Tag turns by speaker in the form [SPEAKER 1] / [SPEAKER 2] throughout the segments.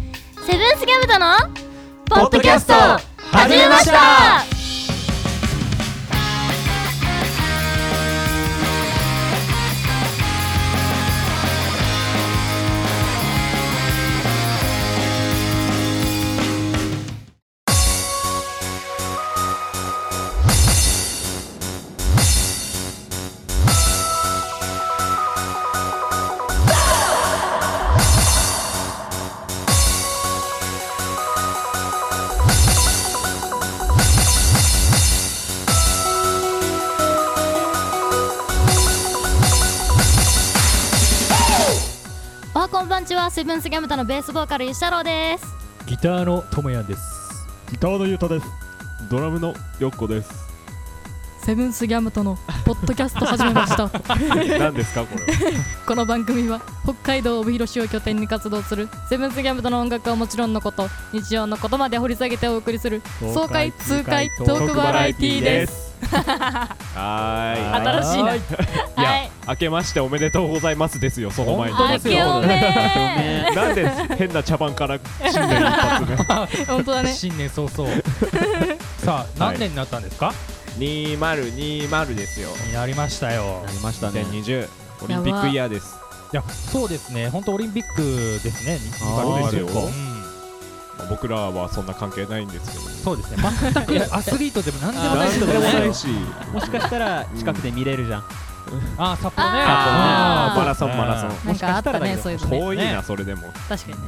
[SPEAKER 1] ルースギャムとの
[SPEAKER 2] ポッドキャスト始めました
[SPEAKER 1] おはこんばんちはセブンスギャムとのベースボーカルゆしたろうです
[SPEAKER 3] ギターのともやんです。
[SPEAKER 4] ギターのゆうたですドラムのよっこです
[SPEAKER 5] セブンスギャムとのポッドキャスト始め ました
[SPEAKER 4] 何ですかこれは
[SPEAKER 5] この番組は北海道帯広市を拠点に活動するセブンスギャムとの音楽はもちろんのこと日常のことまで掘り下げてお送りする爽快痛快トークバラエティーです
[SPEAKER 4] すは
[SPEAKER 5] 新しいな
[SPEAKER 3] は
[SPEAKER 4] ーい
[SPEAKER 3] い
[SPEAKER 4] いや、
[SPEAKER 1] はい
[SPEAKER 4] 明けましておめでとうございますですよその前に
[SPEAKER 3] 本
[SPEAKER 1] あ
[SPEAKER 3] 当です
[SPEAKER 1] け
[SPEAKER 3] よ
[SPEAKER 1] おめ
[SPEAKER 4] なんで変な茶番から新年一発目
[SPEAKER 5] 本当だね
[SPEAKER 3] 新年早 々。さあ、何年になったんですか。
[SPEAKER 4] 2020ですよ
[SPEAKER 3] になりましたよ。
[SPEAKER 6] りました
[SPEAKER 4] 2020オリンピックイヤーです
[SPEAKER 3] いや、そうですね。本当オリンピックですね。
[SPEAKER 6] あー
[SPEAKER 3] 2020
[SPEAKER 4] そうですよ
[SPEAKER 3] うん
[SPEAKER 4] まあ僕らはそんな関係ないんですけど
[SPEAKER 3] そうですね。全くアスリートでも何でも
[SPEAKER 6] あ
[SPEAKER 3] な
[SPEAKER 6] ー
[SPEAKER 3] い
[SPEAKER 4] なんでもないし
[SPEAKER 6] もしかしたら近くで見れるじゃん、
[SPEAKER 3] あー、札幌ね。
[SPEAKER 1] あ
[SPEAKER 4] あ
[SPEAKER 1] ー
[SPEAKER 4] ーマラソンマラソン
[SPEAKER 5] なんかあったねそういうのね
[SPEAKER 4] 遠い
[SPEAKER 3] ね
[SPEAKER 4] なそれでも
[SPEAKER 5] 確かにね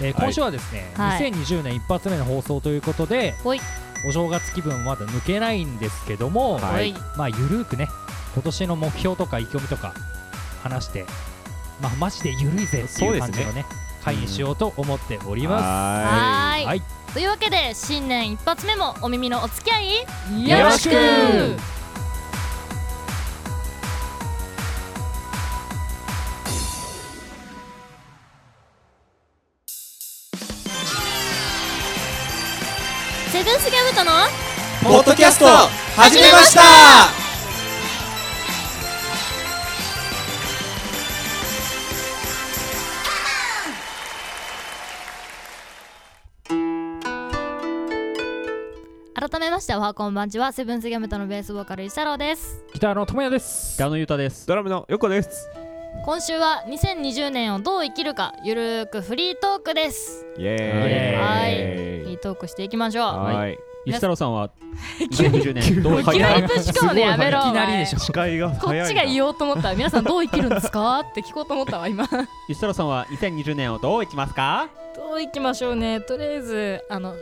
[SPEAKER 3] えー今週はですね、
[SPEAKER 1] はい
[SPEAKER 3] 2020年一発目の放送ということで、
[SPEAKER 1] ほい
[SPEAKER 3] お正月気分まだ抜けないんですけども、
[SPEAKER 4] はい
[SPEAKER 3] まあゆるーくね今年の目標とか意気込みとか話してまあマジでゆるいぜっていう感じのね会にしようと思っております。
[SPEAKER 4] は
[SPEAKER 1] はーい
[SPEAKER 3] はい
[SPEAKER 1] というわけで新年一発目もお耳のお付き合い
[SPEAKER 4] よろしく
[SPEAKER 1] セブンスギャムとの
[SPEAKER 2] ポッドキャスト始
[SPEAKER 1] めました改めましておはこんばんちはセブンスギャムとのベースボーカル石太郎です
[SPEAKER 3] ギターのともやです。
[SPEAKER 6] 北野裕太です
[SPEAKER 4] ドラムのよっこです
[SPEAKER 1] 今週は2020年をどう生きるかゆるーくフリートークです
[SPEAKER 4] イ
[SPEAKER 3] エ
[SPEAKER 1] はい
[SPEAKER 4] エ
[SPEAKER 1] フ
[SPEAKER 4] ー
[SPEAKER 1] リ
[SPEAKER 4] イ
[SPEAKER 1] ートークしていきましょう
[SPEAKER 4] はい
[SPEAKER 6] 石太郎さんは2020年 どう
[SPEAKER 1] いきなり
[SPEAKER 6] 生
[SPEAKER 1] ぶち込むのやめろ
[SPEAKER 5] いき
[SPEAKER 1] お
[SPEAKER 5] なり
[SPEAKER 1] 前
[SPEAKER 5] でしょ
[SPEAKER 4] 司会が
[SPEAKER 5] こ
[SPEAKER 4] 早い
[SPEAKER 5] っち
[SPEAKER 4] な
[SPEAKER 5] が言おうと思ったら皆さんどう生きるんですかって聞こうと思ったわ 今
[SPEAKER 6] 石太郎さんは2020年をどう生きますか
[SPEAKER 5] どういきましょうねとりあえずあの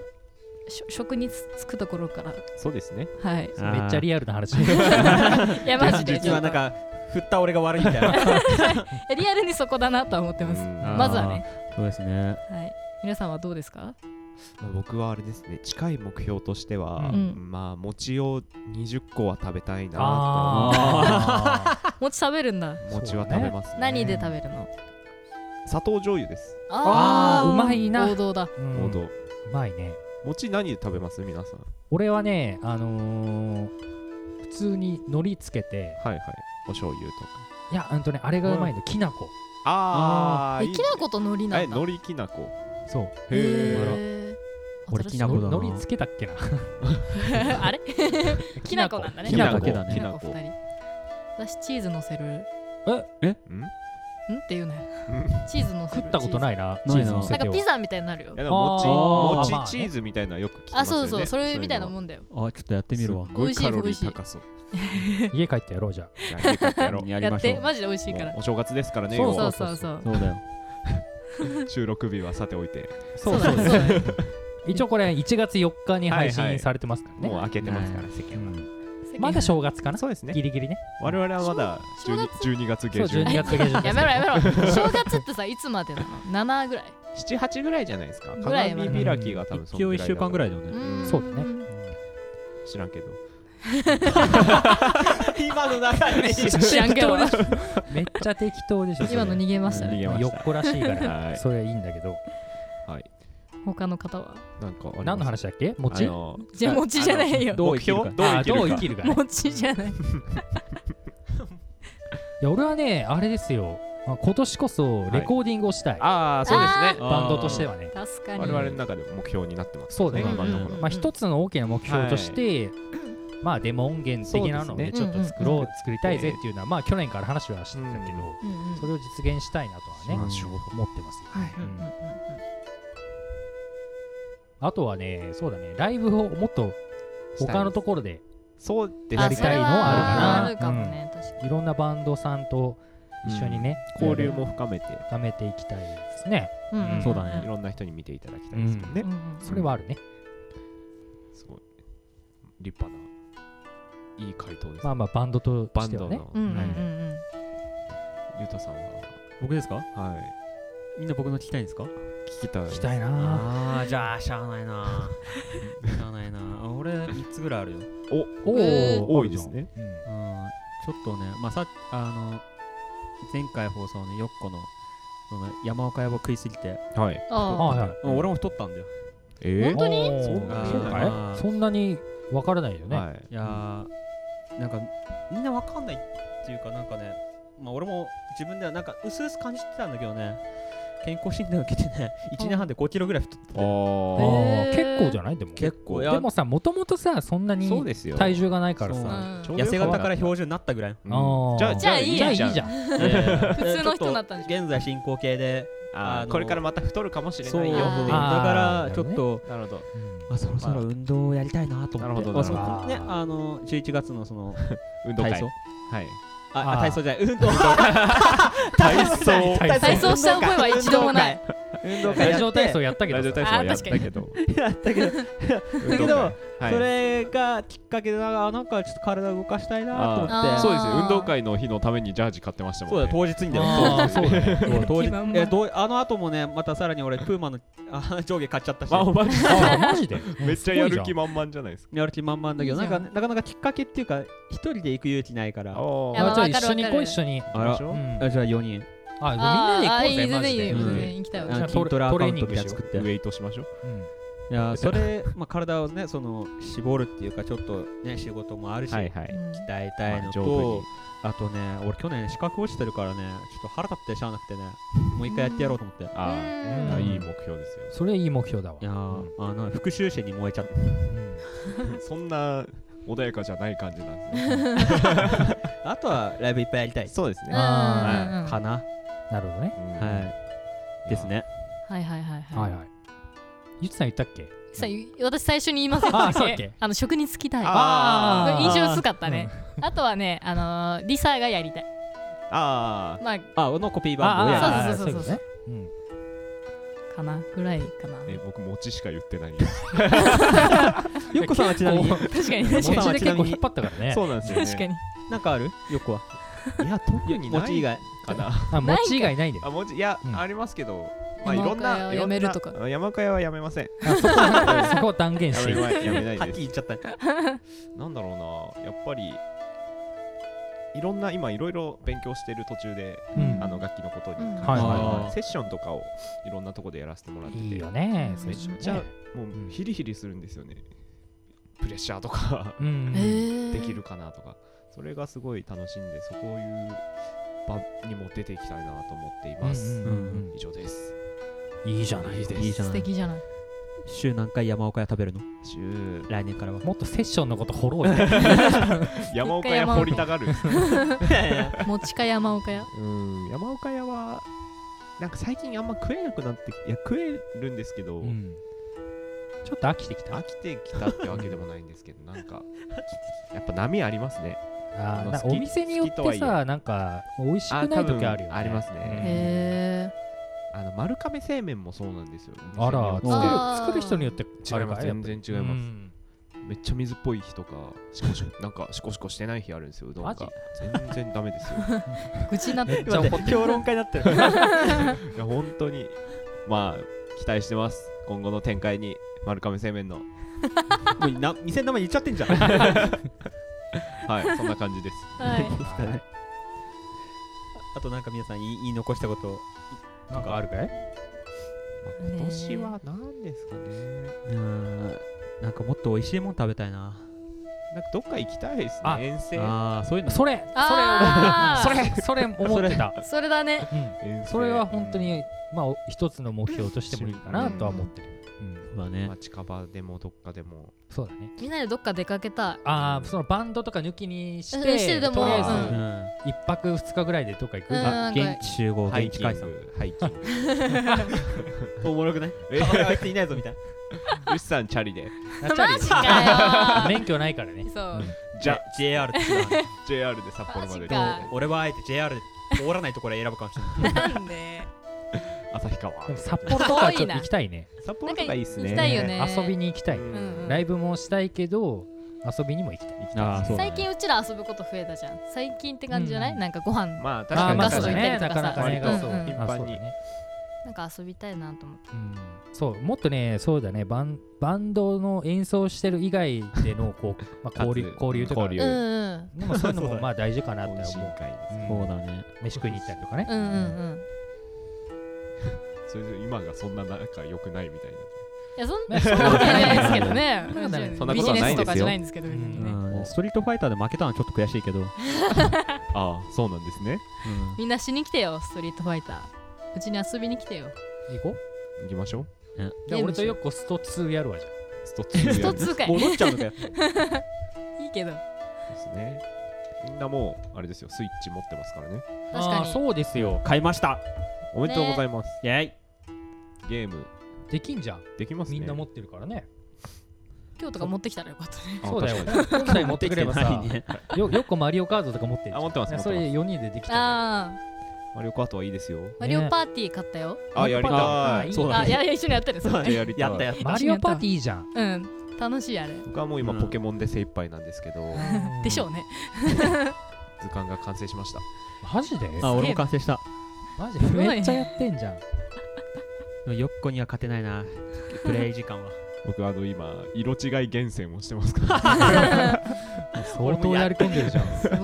[SPEAKER 5] しょ職につつくところから
[SPEAKER 4] そうですね
[SPEAKER 5] はい
[SPEAKER 3] めっちゃリアルな話。
[SPEAKER 5] いや
[SPEAKER 6] ア
[SPEAKER 5] マジで
[SPEAKER 6] 実はなんか振った俺が悪いみたいな
[SPEAKER 5] えリアルにそこだなとは思ってます
[SPEAKER 4] うん
[SPEAKER 5] まずはね
[SPEAKER 6] そうですね
[SPEAKER 5] はい皆さんはどうですか
[SPEAKER 7] まあ僕はあれですね近い目標としては、
[SPEAKER 5] うん
[SPEAKER 7] まあ餅を20個は食べたいな
[SPEAKER 3] あ
[SPEAKER 5] 餅食べるんだ
[SPEAKER 7] と餅は食べますね
[SPEAKER 5] 何で食べるの
[SPEAKER 7] 砂糖醤油です
[SPEAKER 3] あーう
[SPEAKER 1] ー
[SPEAKER 3] まいな。
[SPEAKER 5] 王道だ
[SPEAKER 3] うん
[SPEAKER 7] 王
[SPEAKER 3] う
[SPEAKER 7] 道
[SPEAKER 3] まいね。
[SPEAKER 7] 餅何で食べます皆さん
[SPEAKER 3] 俺はねあのー普通に海苔つけて
[SPEAKER 7] はいはいお醤油とか
[SPEAKER 3] いやうんとねあれがうまいのきな粉。
[SPEAKER 7] あー
[SPEAKER 1] え
[SPEAKER 7] いい
[SPEAKER 1] きなこと海苔な
[SPEAKER 7] え
[SPEAKER 1] んだ
[SPEAKER 7] 海苔きなこ
[SPEAKER 3] そう。
[SPEAKER 6] へ
[SPEAKER 1] へー
[SPEAKER 6] 俺
[SPEAKER 1] 新しい
[SPEAKER 6] きなこ
[SPEAKER 3] の海苔つけたっけな。
[SPEAKER 5] あれきなこなん だね
[SPEAKER 6] きなこだけだ
[SPEAKER 5] き
[SPEAKER 6] ね
[SPEAKER 5] なこ二人私チーズのせるん
[SPEAKER 7] ん
[SPEAKER 5] っていうね
[SPEAKER 7] ん
[SPEAKER 5] チーズのせる
[SPEAKER 3] 食ったこと
[SPEAKER 5] い
[SPEAKER 3] ないな。
[SPEAKER 6] チーズ
[SPEAKER 3] チーズのせ
[SPEAKER 1] なん
[SPEAKER 3] て
[SPEAKER 1] か
[SPEAKER 3] は
[SPEAKER 1] ピザみたいになるよ
[SPEAKER 7] いやで
[SPEAKER 3] あー
[SPEAKER 7] も餅
[SPEAKER 3] まあ
[SPEAKER 7] 餅チーズみたいなのよく聞き
[SPEAKER 1] あ
[SPEAKER 7] ますよ
[SPEAKER 1] そ
[SPEAKER 7] ね
[SPEAKER 1] うそうそれみたいなもんだよ
[SPEAKER 6] あちょっとやってみるわ
[SPEAKER 7] すっごいカロリー高そう
[SPEAKER 3] 家帰ってやろうじゃん。
[SPEAKER 7] じゃあ家帰ってやろう
[SPEAKER 6] やり
[SPEAKER 5] や
[SPEAKER 6] ま
[SPEAKER 5] っ
[SPEAKER 6] しょ
[SPEAKER 5] て
[SPEAKER 6] う
[SPEAKER 5] マジで美味しいから
[SPEAKER 7] もうお正月ですからね
[SPEAKER 5] そう
[SPEAKER 7] 要
[SPEAKER 5] そう
[SPEAKER 7] は
[SPEAKER 5] そうそう
[SPEAKER 6] そうだよ
[SPEAKER 7] 収録日はさておいて
[SPEAKER 3] そう
[SPEAKER 5] だ
[SPEAKER 3] そう
[SPEAKER 5] ね
[SPEAKER 3] そう
[SPEAKER 5] だね
[SPEAKER 3] 一応これ1月4日に配
[SPEAKER 7] はいは
[SPEAKER 3] 信
[SPEAKER 7] い
[SPEAKER 3] されてますからね、
[SPEAKER 7] もう開けてますから世
[SPEAKER 3] う
[SPEAKER 7] 間は
[SPEAKER 3] んまだ正月かな
[SPEAKER 7] そうですね
[SPEAKER 3] ギリギリね
[SPEAKER 7] 我々はまだ
[SPEAKER 1] 正
[SPEAKER 7] 12
[SPEAKER 1] 月
[SPEAKER 7] ,12 月
[SPEAKER 3] そう
[SPEAKER 7] 下旬
[SPEAKER 3] 12月下旬
[SPEAKER 5] やめろやめろ正月ってさいつまでなの7ぐらい
[SPEAKER 7] 78ぐらいじゃないですか
[SPEAKER 5] ぐらいはね
[SPEAKER 7] 鏡開きが多分そん
[SPEAKER 6] 一応
[SPEAKER 7] ぐ
[SPEAKER 6] 一
[SPEAKER 7] らい
[SPEAKER 6] 週間ぐらいだ
[SPEAKER 7] よ
[SPEAKER 6] よ
[SPEAKER 1] う
[SPEAKER 6] ね
[SPEAKER 1] ーん
[SPEAKER 3] そうだ
[SPEAKER 7] 知らんけど
[SPEAKER 6] 今の中に
[SPEAKER 5] 知らんけどな
[SPEAKER 3] めっちゃ適当でしょ
[SPEAKER 5] 今の逃げました
[SPEAKER 7] 逃
[SPEAKER 5] ね
[SPEAKER 7] げま
[SPEAKER 3] よ
[SPEAKER 7] し
[SPEAKER 3] っこらしいか
[SPEAKER 7] た
[SPEAKER 3] ら
[SPEAKER 7] はい
[SPEAKER 3] それいいんだけど
[SPEAKER 5] 他の方は
[SPEAKER 7] なんかあります
[SPEAKER 3] 何の話だっけ
[SPEAKER 7] あ
[SPEAKER 3] 餅
[SPEAKER 7] の
[SPEAKER 5] じゃあ餅じゃないよ
[SPEAKER 6] どう生きるか
[SPEAKER 7] 目標どう生きるか
[SPEAKER 3] あ生きるかね
[SPEAKER 5] 餅じゃない
[SPEAKER 3] いや俺はねあれですよまあ今年こそレコーディングをしたい、
[SPEAKER 7] ああそうですね
[SPEAKER 3] バンドとしてはね
[SPEAKER 5] 確かに
[SPEAKER 7] 我々の中でも目標になってます
[SPEAKER 3] そうね
[SPEAKER 7] 今のところ
[SPEAKER 1] うん
[SPEAKER 3] まあ、一つの大きな目標として、まあデモ音源的なのをねち
[SPEAKER 5] そ
[SPEAKER 3] ょ
[SPEAKER 5] う
[SPEAKER 3] っ
[SPEAKER 5] ですね
[SPEAKER 3] と作ろう、
[SPEAKER 5] うんうん
[SPEAKER 3] 作りたいぜっていうのはまあ去年から話はしてた
[SPEAKER 5] う
[SPEAKER 3] けど、
[SPEAKER 5] んうん
[SPEAKER 3] それを実現したいなとはね、
[SPEAKER 7] うんしましょう
[SPEAKER 3] 思ってますよ、
[SPEAKER 5] はい
[SPEAKER 3] うんあとはねそうだねライブをもっと他のところで
[SPEAKER 7] そうです
[SPEAKER 3] や
[SPEAKER 1] あ
[SPEAKER 3] り
[SPEAKER 1] それ
[SPEAKER 3] たいの
[SPEAKER 1] は
[SPEAKER 3] は
[SPEAKER 1] あ
[SPEAKER 3] あ
[SPEAKER 1] る
[SPEAKER 3] る
[SPEAKER 1] か
[SPEAKER 3] か
[SPEAKER 1] も
[SPEAKER 3] な
[SPEAKER 1] ね確かに
[SPEAKER 3] いろんなバンドさんと一緒にね、
[SPEAKER 7] 交流も深めて
[SPEAKER 3] 深めていきたいですね、
[SPEAKER 5] うんうん
[SPEAKER 3] うんそう
[SPEAKER 1] だ
[SPEAKER 7] い
[SPEAKER 1] ね
[SPEAKER 7] ろんな人に見ていただきたいですもんね
[SPEAKER 5] うんうん
[SPEAKER 3] それはあるね
[SPEAKER 7] すごい立派ないい回答です
[SPEAKER 3] まあまあバンドと
[SPEAKER 7] バ
[SPEAKER 3] し
[SPEAKER 7] ン
[SPEAKER 3] て
[SPEAKER 7] ド
[SPEAKER 3] は
[SPEAKER 7] の
[SPEAKER 3] ね
[SPEAKER 5] うんうんうん
[SPEAKER 7] はい
[SPEAKER 5] うん
[SPEAKER 7] ゆうたさんは
[SPEAKER 6] 僕ですか
[SPEAKER 7] はい
[SPEAKER 6] みんな僕の聞きたいんですか
[SPEAKER 7] 聞きたい
[SPEAKER 3] 聞きたいな
[SPEAKER 6] ああじゃあしゃあないな しゃあないな俺3つぐらいあるよ
[SPEAKER 3] お
[SPEAKER 5] えー
[SPEAKER 3] ー
[SPEAKER 7] 多いですね
[SPEAKER 3] うん
[SPEAKER 6] うんちょっとね、まあ、さあの前回放送のよっこのその山岡屋を食いすぎて、
[SPEAKER 7] はい
[SPEAKER 5] あ
[SPEAKER 3] はいはい
[SPEAKER 6] うん俺も太ったんだよ。
[SPEAKER 7] え
[SPEAKER 1] 本当に
[SPEAKER 3] そ
[SPEAKER 7] そうか
[SPEAKER 3] うか
[SPEAKER 6] あー
[SPEAKER 3] いそんなに分からないよね、
[SPEAKER 7] はい
[SPEAKER 6] いやーなんかみんなわかんないっていうかなんかね、まあ、俺も自分ではなんか薄々感じてたんだけどね健康診断受けて ね1年半で5キロぐらい太って
[SPEAKER 7] あ
[SPEAKER 6] て
[SPEAKER 3] あ
[SPEAKER 7] ー
[SPEAKER 3] ー
[SPEAKER 5] えー
[SPEAKER 3] 結構じゃないでも
[SPEAKER 6] 結構
[SPEAKER 3] でもさもともとさそんなに
[SPEAKER 7] そうですよ
[SPEAKER 3] 体重がないから
[SPEAKER 6] そう
[SPEAKER 3] さ
[SPEAKER 5] あ
[SPEAKER 7] ちょうど
[SPEAKER 6] 痩
[SPEAKER 7] よく
[SPEAKER 6] せ型から標準になったぐらい
[SPEAKER 7] うん
[SPEAKER 3] あー
[SPEAKER 7] じゃあ
[SPEAKER 5] じゃあいい
[SPEAKER 3] じゃあいいじ
[SPEAKER 7] じゃ
[SPEAKER 3] ゃ
[SPEAKER 7] ん
[SPEAKER 3] ん
[SPEAKER 6] いやいやいや
[SPEAKER 5] 普通の人になったんでしょ
[SPEAKER 6] ちょっ と現在進行形で
[SPEAKER 7] あ
[SPEAKER 6] あ
[SPEAKER 7] ー
[SPEAKER 6] の
[SPEAKER 7] これからまた太るかもしれ
[SPEAKER 6] そ
[SPEAKER 7] な
[SPEAKER 6] う
[SPEAKER 7] い
[SPEAKER 6] だ
[SPEAKER 7] よ
[SPEAKER 5] あー
[SPEAKER 6] から
[SPEAKER 3] なる
[SPEAKER 6] ち
[SPEAKER 3] ほ
[SPEAKER 6] ょ
[SPEAKER 3] ど
[SPEAKER 6] っ
[SPEAKER 3] ね
[SPEAKER 6] と
[SPEAKER 7] なるほど
[SPEAKER 6] あそろそろ運動をやりたいなと思って、
[SPEAKER 7] なるほど
[SPEAKER 6] まあそ
[SPEAKER 7] なる
[SPEAKER 3] ほど
[SPEAKER 6] うねあの11月のその
[SPEAKER 7] 運動会
[SPEAKER 6] 体操
[SPEAKER 7] はい
[SPEAKER 6] あ
[SPEAKER 3] あー
[SPEAKER 6] あ体操じゃない運動 体
[SPEAKER 3] 操
[SPEAKER 5] 体操した覚えは一度もない
[SPEAKER 7] 運動会
[SPEAKER 3] ラジオ体操やったけど
[SPEAKER 7] ラジオ
[SPEAKER 3] さ
[SPEAKER 7] 体操はやったけど
[SPEAKER 6] やったけど
[SPEAKER 7] 運動会
[SPEAKER 6] だ
[SPEAKER 7] は い
[SPEAKER 6] それがきっかけでなんかなんかちょっと体動かしたいなと思
[SPEAKER 1] あー
[SPEAKER 6] って
[SPEAKER 7] そうですよ運動会の日のためにジャージ買ってましたも
[SPEAKER 6] そうんだ
[SPEAKER 7] ね
[SPEAKER 6] 当日にだよ
[SPEAKER 3] あー
[SPEAKER 6] そう
[SPEAKER 3] そうだね
[SPEAKER 6] そう当日
[SPEAKER 5] 気まんま
[SPEAKER 6] えどうあの後もねまたさらに俺プーマのあ上下買っちゃったし
[SPEAKER 7] あマジ
[SPEAKER 3] あーマジで
[SPEAKER 7] めっちゃやる気
[SPEAKER 3] も
[SPEAKER 7] 満々じゃないですか
[SPEAKER 6] やる気満々だけど
[SPEAKER 5] い
[SPEAKER 6] ないん
[SPEAKER 5] じゃ
[SPEAKER 6] か
[SPEAKER 5] ん
[SPEAKER 6] なかなかきっかけっていうか一人で行く勇気ないから
[SPEAKER 7] あ
[SPEAKER 5] やば
[SPEAKER 3] じゃあ
[SPEAKER 5] わか
[SPEAKER 3] 一
[SPEAKER 5] る
[SPEAKER 3] 緒に行
[SPEAKER 5] わか
[SPEAKER 3] こう
[SPEAKER 5] る
[SPEAKER 3] 一緒に
[SPEAKER 7] あら
[SPEAKER 3] うん
[SPEAKER 6] あじゃあ4人
[SPEAKER 3] あみんなで行こうぜ
[SPEAKER 5] あ
[SPEAKER 3] マジで
[SPEAKER 5] いい全然いい
[SPEAKER 6] うん
[SPEAKER 5] 全然行きたい
[SPEAKER 6] あ
[SPEAKER 5] わ
[SPEAKER 3] じゃあ
[SPEAKER 6] の筋トレアカウントみたいなの
[SPEAKER 3] トレーニングしよう
[SPEAKER 6] 作って
[SPEAKER 7] ウェイトしましょう
[SPEAKER 3] うん
[SPEAKER 6] いやそれ、まあ、体をねその絞るっていうかちょっとね仕事もあるし、
[SPEAKER 7] はい
[SPEAKER 6] 鍛えたいの
[SPEAKER 7] まあ丈夫
[SPEAKER 6] と
[SPEAKER 7] に、
[SPEAKER 6] あ、とね俺去年資格落ちてるからねちょっと腹立ってしゃあなくてねもう一回やってやろうと思って、い
[SPEAKER 7] あ
[SPEAKER 3] うん
[SPEAKER 7] あいい目標ですよ
[SPEAKER 3] それいい目標だわ
[SPEAKER 6] やー、あの復讐心に燃えちゃって
[SPEAKER 3] うん
[SPEAKER 7] そんな穏やかじゃない感じなんですね
[SPEAKER 6] あとはライブいっぱいやりたい
[SPEAKER 7] そうですね
[SPEAKER 3] あ
[SPEAKER 1] うんうんうん
[SPEAKER 6] かな、
[SPEAKER 3] なるほどね
[SPEAKER 6] はいですね
[SPEAKER 1] はいはいはい
[SPEAKER 3] は
[SPEAKER 1] はいい
[SPEAKER 3] はいゆつさん言ったっけ
[SPEAKER 5] さ私最初に言いませんでした
[SPEAKER 3] あそうだっけ
[SPEAKER 5] あの職に就きたい
[SPEAKER 7] あ
[SPEAKER 5] これ印象薄かったねあとはねあのーリサがやりたい
[SPEAKER 7] あ
[SPEAKER 5] まあ
[SPEAKER 6] あのコピー番号やりたい
[SPEAKER 3] ああ
[SPEAKER 5] そうそうそうそう
[SPEAKER 3] いことね
[SPEAKER 5] かなぐらいかな
[SPEAKER 7] ーえ僕餅しか言ってない
[SPEAKER 6] よっこさんはちなみに
[SPEAKER 3] こ
[SPEAKER 5] 確かに
[SPEAKER 3] うん
[SPEAKER 5] 確か
[SPEAKER 6] さん
[SPEAKER 5] に
[SPEAKER 3] 餅
[SPEAKER 6] は
[SPEAKER 3] で
[SPEAKER 6] ちな
[SPEAKER 3] 結
[SPEAKER 6] み
[SPEAKER 3] 構
[SPEAKER 6] に
[SPEAKER 3] 引っ張ったからね
[SPEAKER 7] そうなんですよね
[SPEAKER 5] 確かに
[SPEAKER 6] なんかあるよっこはい
[SPEAKER 7] や特にな
[SPEAKER 6] 餅以
[SPEAKER 7] い
[SPEAKER 6] 外
[SPEAKER 7] か な
[SPEAKER 3] あ餅以外ないんだよ
[SPEAKER 7] あ文字いや、
[SPEAKER 3] うん
[SPEAKER 7] ありますけど、まあ、い
[SPEAKER 5] 山
[SPEAKER 7] ろん
[SPEAKER 5] 岡屋
[SPEAKER 7] な
[SPEAKER 5] を
[SPEAKER 7] いろんな
[SPEAKER 5] やめるとか
[SPEAKER 7] あ山岡屋はやめません
[SPEAKER 3] あそこはそこは断言
[SPEAKER 7] や
[SPEAKER 3] し
[SPEAKER 7] め
[SPEAKER 3] て
[SPEAKER 7] まやめない
[SPEAKER 6] はっ
[SPEAKER 7] で
[SPEAKER 6] きり言
[SPEAKER 7] す
[SPEAKER 6] っちゃったね
[SPEAKER 7] なんだろうなやっぱりいろんな今いろいろ勉強してる途中で、
[SPEAKER 3] うん
[SPEAKER 7] あの楽器のことに関して、
[SPEAKER 3] はい
[SPEAKER 6] はいはい
[SPEAKER 7] セッションとかをいろんなとこでやらせてもらってて
[SPEAKER 3] いいよね
[SPEAKER 7] めっちゃも
[SPEAKER 3] ん
[SPEAKER 7] うヒリヒリするんですよね、プレッシャーとか
[SPEAKER 3] うん
[SPEAKER 7] できるかなとかそれがすごい楽しんでそういう場にも出ていきたいなと思っています、
[SPEAKER 3] うんうんうんうん
[SPEAKER 7] 以 上です
[SPEAKER 3] いいじゃない
[SPEAKER 7] いいです
[SPEAKER 6] いいじゃ
[SPEAKER 5] 素
[SPEAKER 6] ない
[SPEAKER 5] 敵じゃない
[SPEAKER 6] 週何回山岡屋食べるの
[SPEAKER 7] 週
[SPEAKER 6] 来年からは
[SPEAKER 3] もっとセッションのこと掘ろう よ
[SPEAKER 7] 山岡屋掘りたがる
[SPEAKER 5] 餅か山岡屋
[SPEAKER 7] うん山岡屋はなんか最近あんま食えなくなっていや食えるんですけど、
[SPEAKER 3] うんちょっと飽きてきた
[SPEAKER 7] 飽きてきたってわけでもないんですけどなんかやっぱ波ありますね
[SPEAKER 3] あーな
[SPEAKER 7] 好き
[SPEAKER 3] お店によっ
[SPEAKER 7] 好きとは
[SPEAKER 3] て
[SPEAKER 7] いえ
[SPEAKER 3] さなんか美味しくない時あるよね
[SPEAKER 7] あ多分ありますね
[SPEAKER 5] へえ
[SPEAKER 7] あの丸亀製麺もそうなんですよ
[SPEAKER 3] あら
[SPEAKER 7] 店によって
[SPEAKER 5] あー
[SPEAKER 3] 作る作る人によってあ
[SPEAKER 7] 違い
[SPEAKER 3] れ
[SPEAKER 7] ま
[SPEAKER 3] か
[SPEAKER 7] す
[SPEAKER 3] やっ
[SPEAKER 7] 全然違います、
[SPEAKER 3] うん
[SPEAKER 7] めっちゃ水っぽい日とかシコシコなんかシコシコしてない日あるんですようどん
[SPEAKER 3] マジ
[SPEAKER 7] が全然ダメですよ
[SPEAKER 5] 愚痴になってる
[SPEAKER 3] じゃあ
[SPEAKER 6] 待って評論家になって る
[SPEAKER 7] いや本当にまあ期待してます今後の展開に丸亀製麺の
[SPEAKER 6] もうな店の名前言っちゃってんじゃん
[SPEAKER 7] はいそんな感じです
[SPEAKER 5] はい
[SPEAKER 3] はい
[SPEAKER 6] あとなんか皆さん言い言い残したこと
[SPEAKER 3] なんかあるかい
[SPEAKER 7] 今年は何ですかね
[SPEAKER 6] うーんなんかもっと美味しいもん食べたいな
[SPEAKER 7] なんかどっか行きたいです
[SPEAKER 3] あ
[SPEAKER 7] ね遠征
[SPEAKER 6] ああそういうの
[SPEAKER 3] それ
[SPEAKER 5] あ
[SPEAKER 3] それそれ思ってた
[SPEAKER 5] ーそれだね
[SPEAKER 3] うん
[SPEAKER 7] 遠征
[SPEAKER 3] それは本当にまあ一つの目標としてもいいかなとは思ってるうん
[SPEAKER 6] そうだね
[SPEAKER 7] まあ近場でもどっかでも
[SPEAKER 3] そうだね
[SPEAKER 5] みんなでどっか出かけた
[SPEAKER 3] ああそのバンドとか抜きにし
[SPEAKER 5] うんして
[SPEAKER 3] て
[SPEAKER 5] でも
[SPEAKER 3] とりあ
[SPEAKER 5] う
[SPEAKER 6] う
[SPEAKER 3] えず
[SPEAKER 6] ん
[SPEAKER 3] 一泊二日ぐらいでどっか行く
[SPEAKER 5] うん
[SPEAKER 6] あ
[SPEAKER 5] なんか
[SPEAKER 6] 現地集合
[SPEAKER 7] ハイ
[SPEAKER 6] 現
[SPEAKER 7] キ
[SPEAKER 6] 地
[SPEAKER 7] ン
[SPEAKER 6] 解散
[SPEAKER 7] グハイキング
[SPEAKER 6] おもろく ない
[SPEAKER 7] え
[SPEAKER 6] あいついないぞ みたいな
[SPEAKER 7] ウシさんチャリで
[SPEAKER 3] なっちゃうよ
[SPEAKER 5] い。かよ
[SPEAKER 3] 免許ない からね
[SPEAKER 5] そう
[SPEAKER 7] じゃ
[SPEAKER 6] JR って 言うな
[SPEAKER 7] JR で札幌ま
[SPEAKER 5] マジ
[SPEAKER 7] で
[SPEAKER 5] か
[SPEAKER 6] 俺はあえて JR で通らないところ選ぶかもしれない
[SPEAKER 5] なんで
[SPEAKER 7] 旭川
[SPEAKER 3] でも札幌とかちょっと行きたいね
[SPEAKER 7] 札幌とかいいっすね
[SPEAKER 5] 行きたいよね
[SPEAKER 3] 遊びに行きたい
[SPEAKER 5] うんうん
[SPEAKER 3] ライブもしたいけど遊びにも行きたい
[SPEAKER 7] 行き
[SPEAKER 6] あ
[SPEAKER 7] た
[SPEAKER 6] ー
[SPEAKER 7] い
[SPEAKER 6] そうだね
[SPEAKER 5] 最近うちら遊ぶこと増えたじゃん最近って感じじゃない
[SPEAKER 3] うん
[SPEAKER 5] なんかご飯
[SPEAKER 7] まあ確
[SPEAKER 3] あ
[SPEAKER 7] か
[SPEAKER 3] ー
[SPEAKER 7] に
[SPEAKER 3] まあ
[SPEAKER 5] ガス
[SPEAKER 3] そう
[SPEAKER 5] ト
[SPEAKER 3] だ
[SPEAKER 5] 行ったり
[SPEAKER 3] ね
[SPEAKER 5] とか
[SPEAKER 3] な
[SPEAKER 5] さ
[SPEAKER 3] かなかね
[SPEAKER 5] 割と
[SPEAKER 3] ガスト
[SPEAKER 5] うんうん
[SPEAKER 7] 頻
[SPEAKER 3] あそ
[SPEAKER 7] 繁
[SPEAKER 3] う
[SPEAKER 7] に
[SPEAKER 3] だね
[SPEAKER 5] なんか遊びたいなと思って
[SPEAKER 3] うんそうもっとねそうだねバンバンドの演奏してる以外でのこう、まあ、交流
[SPEAKER 7] 活
[SPEAKER 3] 交流とか
[SPEAKER 7] 交
[SPEAKER 5] う
[SPEAKER 7] 流
[SPEAKER 5] んうん
[SPEAKER 3] でもそういうのもまあ大事かなって
[SPEAKER 7] 懇
[SPEAKER 3] 思
[SPEAKER 7] 親
[SPEAKER 3] う
[SPEAKER 7] 会です
[SPEAKER 3] うん
[SPEAKER 6] そうだね
[SPEAKER 3] 飯食いに行ったりとかね、
[SPEAKER 5] うんうんうん
[SPEAKER 7] それで今がそんな仲良くないみたいない
[SPEAKER 5] やそんなそんなことはないですけどね
[SPEAKER 3] そんなことはない
[SPEAKER 7] そんなことはないですよ
[SPEAKER 5] ビジネスとかじゃないんですけど別にね
[SPEAKER 6] うんストリートファイターで負けたのはちょっと悔しいけど
[SPEAKER 7] ああそうなんですね
[SPEAKER 5] みんなしに来てよストリートファイターうちに遊びに来てよ
[SPEAKER 3] 行こう
[SPEAKER 7] 行きましょう
[SPEAKER 3] じゃあ俺とよっこスト2やるわじゃ
[SPEAKER 7] スト2やる
[SPEAKER 5] スト2回
[SPEAKER 6] 戻っちゃうのかよ
[SPEAKER 5] いいけど
[SPEAKER 7] ですねみんなもうあれですよスイッチ持ってますからね
[SPEAKER 3] ん
[SPEAKER 5] 確か
[SPEAKER 3] あ
[SPEAKER 5] に
[SPEAKER 3] ーそうですよ
[SPEAKER 6] 買いました
[SPEAKER 7] おめでとうございます、
[SPEAKER 6] イェイ
[SPEAKER 7] ゲーム
[SPEAKER 3] できんじゃん
[SPEAKER 7] できますね
[SPEAKER 3] みんな持ってるからね
[SPEAKER 5] 今日とか持ってきたらよかったね
[SPEAKER 7] あ
[SPEAKER 3] そうだよ
[SPEAKER 7] 確かに
[SPEAKER 3] 本体持ってくればさ
[SPEAKER 6] 持ってきてないね
[SPEAKER 3] よ よっこマリオカードとか持ってる
[SPEAKER 7] あ持ってます持ってます
[SPEAKER 3] それ4人でできたら
[SPEAKER 5] ああ
[SPEAKER 7] マリオカートはいいですよ
[SPEAKER 5] マリオパーティー買ったよ
[SPEAKER 7] あやりた
[SPEAKER 3] あい
[SPEAKER 7] い
[SPEAKER 3] い
[SPEAKER 6] そうだ
[SPEAKER 5] あい
[SPEAKER 6] ね
[SPEAKER 5] やいや一緒にやったねそうね
[SPEAKER 7] やりた い
[SPEAKER 6] やったやっ
[SPEAKER 3] マリオパーティーいいじゃん
[SPEAKER 5] うん楽しいあれ
[SPEAKER 7] 僕はもう今
[SPEAKER 6] うん
[SPEAKER 7] ポケモンで精一杯なんですけど、
[SPEAKER 5] でしょうね
[SPEAKER 7] 図鑑が完成しました
[SPEAKER 3] マジで
[SPEAKER 6] たあ俺も完成した
[SPEAKER 3] マジで
[SPEAKER 5] ごいね
[SPEAKER 3] めっちゃやってんじゃ ん
[SPEAKER 6] でもよっこには勝てない なプレイ時間は
[SPEAKER 7] 僕あの今色違い厳選をしてますから
[SPEAKER 3] 相当やり込んでるじゃん
[SPEAKER 5] すごい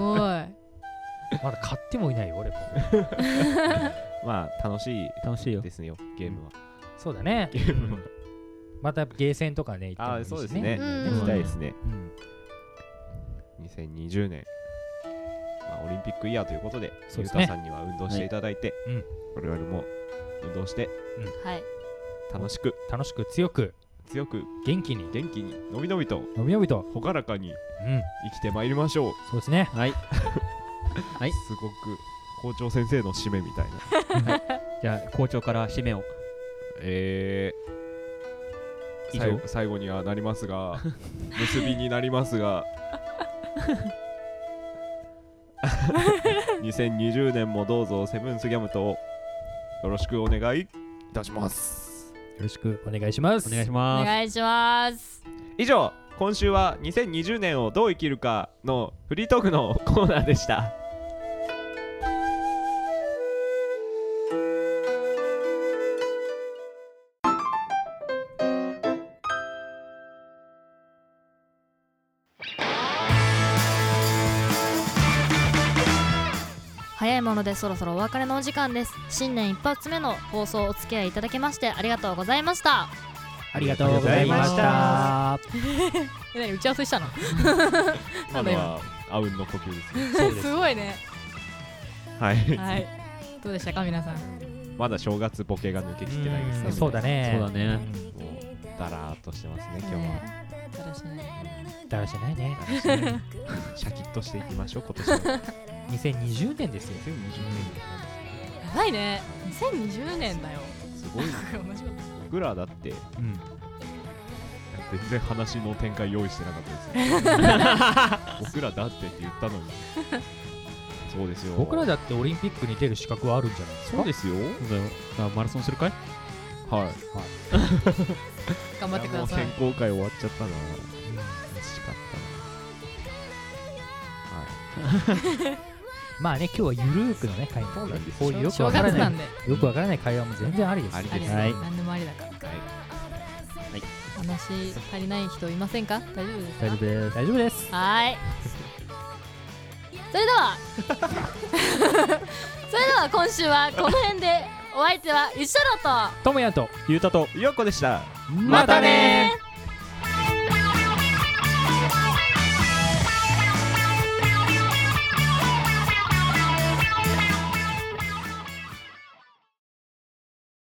[SPEAKER 3] まだ買ってもいないよ俺も
[SPEAKER 7] まあ楽しい
[SPEAKER 6] 楽しいよ
[SPEAKER 7] ですよゲームは
[SPEAKER 3] そうだね
[SPEAKER 7] ゲームは
[SPEAKER 3] またゲーセンとかね行ってもいいしね
[SPEAKER 7] あそうですね
[SPEAKER 5] うん
[SPEAKER 7] 行きたいですね
[SPEAKER 3] うん
[SPEAKER 7] 2020年、まあ、オリンピックイヤーということで、
[SPEAKER 3] そうで
[SPEAKER 7] ゆう
[SPEAKER 3] すね
[SPEAKER 7] たさんには運動していただいて、
[SPEAKER 3] はいうん
[SPEAKER 7] 我々も運動して、
[SPEAKER 5] はい
[SPEAKER 7] 楽しく、
[SPEAKER 3] 楽しく強く
[SPEAKER 7] 強く、
[SPEAKER 3] 元気に
[SPEAKER 7] 元気に、のびのびと、
[SPEAKER 3] のびのびと
[SPEAKER 7] 朗らかに
[SPEAKER 3] うん
[SPEAKER 7] 生きてまいりましょう。
[SPEAKER 3] そうですね
[SPEAKER 6] はいはい
[SPEAKER 7] すごく校長先生の締めみたいな。
[SPEAKER 6] じゃあ校長から締めを
[SPEAKER 7] えー、
[SPEAKER 6] 以上
[SPEAKER 7] 最後最後にはなります が、結びになります が、2020年もどうぞセブンスギャムとよろしくお願いいたします。
[SPEAKER 3] よろしくお願いします
[SPEAKER 6] お願いし
[SPEAKER 5] お
[SPEAKER 6] ます
[SPEAKER 5] 願いします
[SPEAKER 7] 以上、今週は2020年をどう生きるかのフリートークのコーナーで した。
[SPEAKER 1] 早いものでそろそろお別れのお時間です新年一発目の放送お付き合いいただきましてありがとうございました
[SPEAKER 3] ありがとうございました
[SPEAKER 5] え何打ち合わせしたの
[SPEAKER 7] 今のはあうんの呼吸ですね。
[SPEAKER 3] そうです
[SPEAKER 5] すごい ね
[SPEAKER 7] はい。
[SPEAKER 5] はいどうでしたか皆さん
[SPEAKER 7] まだ正月ボケが抜けきってないです
[SPEAKER 3] う
[SPEAKER 7] ね。
[SPEAKER 3] んそうだね
[SPEAKER 6] そうだね
[SPEAKER 7] もうだらーっとしてますね、今日は。
[SPEAKER 5] ね新しいね
[SPEAKER 3] うんだらしないね
[SPEAKER 7] シャキッとしていきましょう、今年も。
[SPEAKER 3] 2020年ですよ
[SPEAKER 7] 2020
[SPEAKER 5] やばいね2020年だよ
[SPEAKER 7] 年すごいね
[SPEAKER 5] 同じこと
[SPEAKER 7] 僕らだって
[SPEAKER 3] うん
[SPEAKER 7] 全然話の展開用意してなかったですよ僕らだってって言ったのにそうですよ
[SPEAKER 3] 僕らだってオリンピックに出る資格はあるんじゃないですか
[SPEAKER 7] そうですよ
[SPEAKER 6] そうだよじゃあマラソンするかい
[SPEAKER 7] はい
[SPEAKER 5] 頑張ってく
[SPEAKER 7] いや
[SPEAKER 5] だ
[SPEAKER 7] もう
[SPEAKER 5] さい
[SPEAKER 7] 選考会終わっちゃったな惜しかっ
[SPEAKER 3] まあね今日はゆるーくのね会話
[SPEAKER 7] そうなんです
[SPEAKER 3] こういうよく
[SPEAKER 5] 正
[SPEAKER 3] わから
[SPEAKER 5] 月な
[SPEAKER 3] ない
[SPEAKER 5] んで
[SPEAKER 3] よくわからない会話も全然ありです
[SPEAKER 7] あり
[SPEAKER 5] あり
[SPEAKER 7] で
[SPEAKER 5] ですす、
[SPEAKER 3] はい
[SPEAKER 5] 何でもありだから
[SPEAKER 7] たなはい
[SPEAKER 5] 話足りない人いませんか大丈夫ですか
[SPEAKER 3] 大丈夫です大丈夫です
[SPEAKER 5] はーいそれで は それでは今週はこの辺でお相手は一緒だと
[SPEAKER 3] ともやんと
[SPEAKER 6] ゆうたと
[SPEAKER 7] ゆうこでした
[SPEAKER 3] ま
[SPEAKER 5] たね